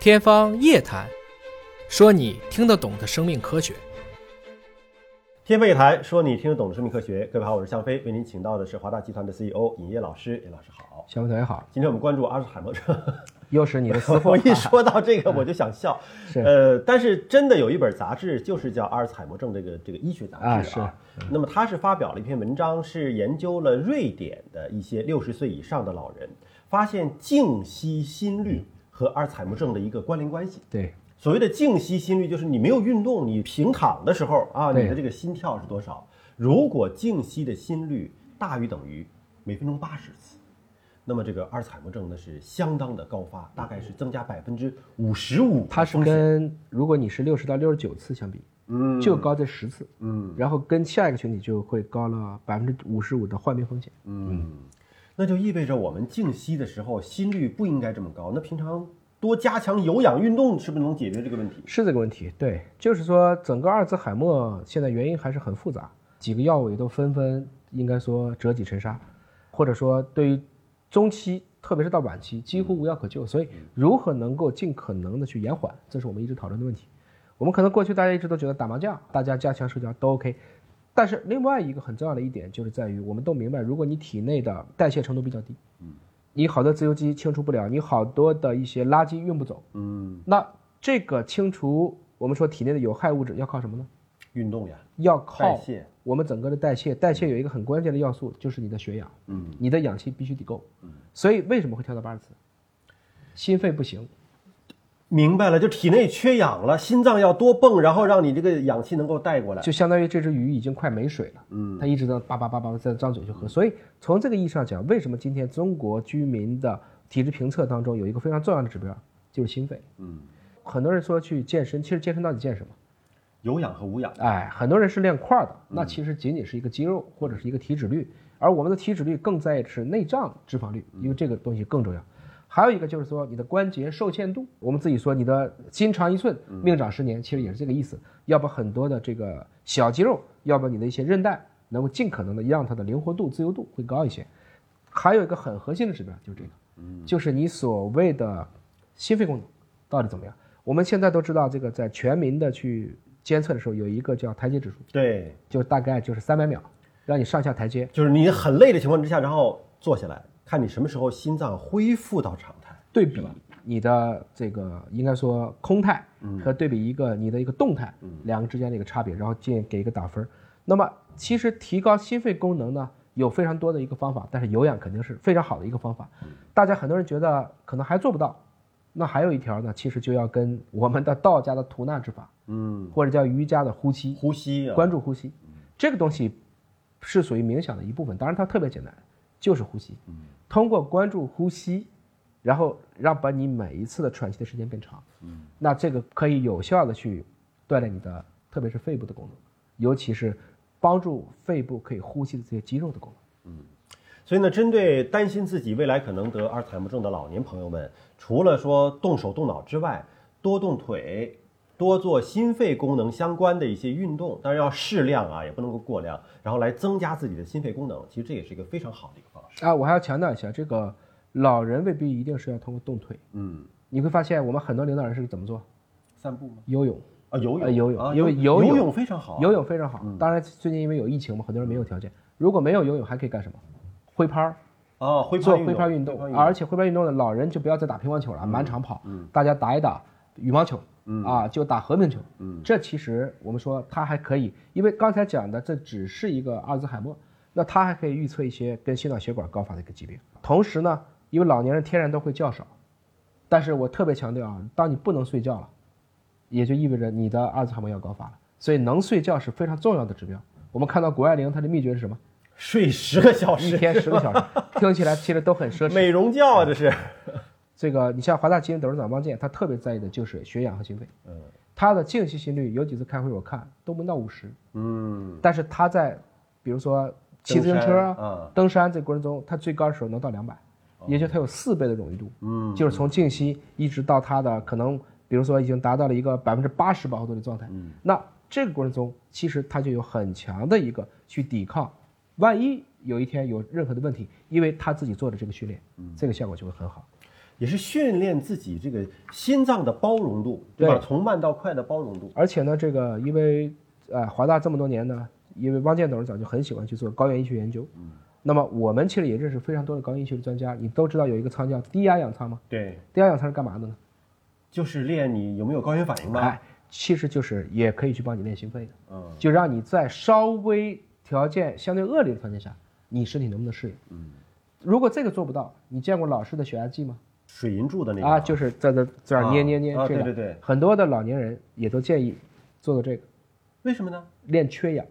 天方夜谭，说你听得懂的生命科学。天飞谈说你听得懂的生命科学，各位好，我是向飞，为您请到的是华大集团的 CEO 尹烨老师，尹老师好。小伟同学好，今天我们关注阿尔兹海默 症，又是你的私货 我。一说到这个我就想笑。 是呃，但是真的有一本杂志就是叫《阿尔兹海默症》这个这个医学杂啊志是啊。那么它是发表了一篇文章，是研究了瑞典的一些六十岁以上的老人，发现静息心率和阿尔兹海默症的一个关联关系。 对，所谓的静息心率，就是你没有运动，你平躺的时候啊，对你的这个心跳是多少？如果静息的心率大于等于每分钟八十次，那么这个阿尔茨海默症呢是相当的高发，大概是增加百分之五十五。嗯它是跟如果你是六十到六十九次相比，嗯就高这十次，嗯然后跟下一个群体就会高了百分之五十五的患病风险。嗯，那就意味着我们静息的时候心率不应该这么高。那平常多加强有氧运动是不是能解决这个问题？是这个问题，对，就是说整个阿尔兹海默现在原因还是很复杂，几个药物也都纷纷应该说折戟沉沙，或者说对于中期，特别是到晚期，几乎无药可救，所以如何能够尽可能的去延缓，这是我们一直讨论的问题。我们可能过去大家一直都觉得打麻将，大家加强社交都 OK，但是另外一个很重要的一点就是在于，我们都明白，如果你体内的代谢程度比较低，嗯，你好多自由基清除不了，你好多的一些垃圾运不走，嗯，那这个清除我们说体内的有害物质要靠什么呢？运动呀，要代靠谢。我们整个的代谢。代谢有一个很关键的要素，就是你的血氧，嗯，你的氧气必须得够。所以为什么会跳到八十次？心肺不行，明白了，就体内缺氧了，心脏要多泵，然后让你这个氧气能够带过来。就相当于这只鱼已经快没水了，嗯，它一直在叭叭叭叭在张嘴去嗯喝。所以从这个意义上讲，为什么今天中国居民的体质评测当中有一个非常重要的指标，就是心肺。嗯，很多人说去健身，其实健身到底健什么？有氧和无氧。哎，很多人是练块儿的，那其实仅仅是一个肌肉或者是一个体脂率，而我们的体脂率更在意的是内脏脂肪率，因为这个东西更重要。还有一个就是说你的关节受限度，我们自己说你的心长一寸，命长十年，其实也是这个意思。要把很多的这个小肌肉，要把你的一些韧带，能够尽可能的让它的灵活度、自由度会高一些。还有一个很核心的指标就是这个，就是你所谓的心肺功能到底怎么样？我们现在都知道，这个在全民的去监测的时候，有一个叫台阶指数，对，就大概就是三百秒，让你上下台阶。就是你很累的情况之下，然后坐下来，看你什么时候心脏恢复到常态。对比你的这个应该说空态和对比一个你的一个动态，两个之间的一个差别，然后进给一个打分儿。那么其实提高心肺功能呢，有非常多的一个方法，但是有氧肯定是非常好的一个方法。大家很多人觉得可能还做不到，那还有一条呢，其实就要跟我们的道家的吐纳之法，嗯，或者叫瑜伽的呼吸呼吸啊，关注呼吸，这个东西是属于冥想的一部分。当然，它特别简单，就是呼吸。嗯通过关注呼吸，然后让把你每一次的喘息的时间变长。嗯那这个可以有效的去锻炼你的，特别是肺部的功能，尤其是帮助肺部可以呼吸的这些肌肉的功能。所以呢，针对担心自己未来可能得阿尔茨海默症的老年朋友们，除了说动手动脑之外，多动腿，多做心肺功能相关的一些运动，当然要适量啊，也不能够过量，然后来增加自己的心肺功能。其实这也是一个非常好的一个方式。啊，我还要强调一下，这个老人未必一定是要通过动腿。嗯，你会发现，我们很多领导人是怎么做？散步吗？游泳。啊，游泳，呃游泳啊因为游游泳泳非常好啊，游泳非常好。当然，最近因为有疫情嘛，很多人没有条件。如果没有游泳，还可以干什么？挥拍儿，啊，挥做拍挥拍运动，动。嗯而且挥拍运动呢，老人就不要再打乒乓球了，满场跑，大家打一打羽毛球，啊，就打和平球。这其实我们说它还可以，因为刚才讲的这只是一个阿尔兹海默，那它还可以预测一些跟心脑血管高发的一个疾病。同时呢，因为老年人天然都会较少，但是我特别强调啊，当你不能睡觉了。也就意味着你的阿尔茨海默要高发了。所以能睡觉是非常重要的指标。我们看到谷爱凌她的秘诀是什么？睡十个小一时，天十个 小时，听起来其实都很奢侈。美容觉啊，这是。这个你像华大基因董事长汪建，他特别在意的就是血氧和心肺。嗯，他的静息心率有几次开会我看都不到五十，嗯，但是他在比如说骑自行车啊、啊，登山这过程中，他最高的时候能到两百，也就是他有四倍的冗余度。嗯，就是从静息一直到它的可能，比如说已经达到了一个百分之八十饱和度的状态，那这个过程中，其实它就有很强的一个去抵抗，万一有一天有任何的问题，因为他自己做的这个训练，这个效果就会很好。也是训练自己这个心脏的包容度，对吧？对从慢到快的包容度。而且呢，这个因为呃华大这么多年呢，因为汪建董事长就很喜欢去做高原医学研究。嗯。那么我们其实也认识非常多的高原医学的专家，你都知道有一个舱叫低压氧舱吗？对，低压氧舱是干嘛的呢？就是练你有没有高原反应吧。哎，其实就是也可以去帮你练心肺的，嗯，就让你在稍微条件相对恶劣的条件下，你身体能不能适应？嗯。如果这个做不到，你见过老式的血压计吗？水银柱的那个啊，就是在这这儿捏捏捏啊啊这个。对对对很多的老年人也都建议做做这个，为什么呢？练缺氧。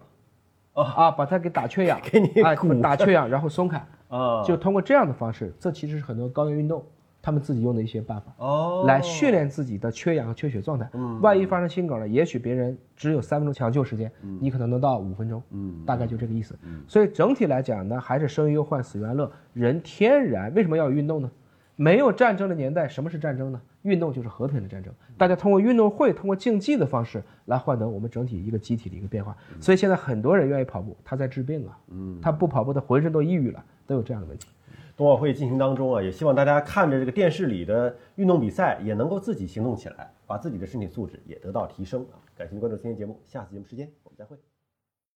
哦啊，把它给打缺氧， 给你哎鼓打缺氧，然后松开，啊，就通过这样的方式，这其实是很多高原运动他们自己用的一些办法。哦，嗯来训练自己的缺氧和缺血状态。万一发生心梗了，也许别人只有三分钟抢救时间，你可能能到五分钟，嗯大概就这个意思。所以整体来讲呢，还是生于忧患，死于安乐。人天然为什么要有运动呢？没有战争的年代，什么是战争呢？运动就是和平的战争。嗯大家通过运动会，通过竞技的方式来换得我们整体一个机体的一个变化。嗯所以现在很多人愿意跑步，他在治病啊，他不跑步，他浑身都抑郁了，都有这样的问题。冬奥会进行当中啊，也希望大家看着这个电视里的运动比赛，也能够自己行动起来，把自己的身体素质也得到提升啊！感谢您关注今天节目，下次节目时间我们再会。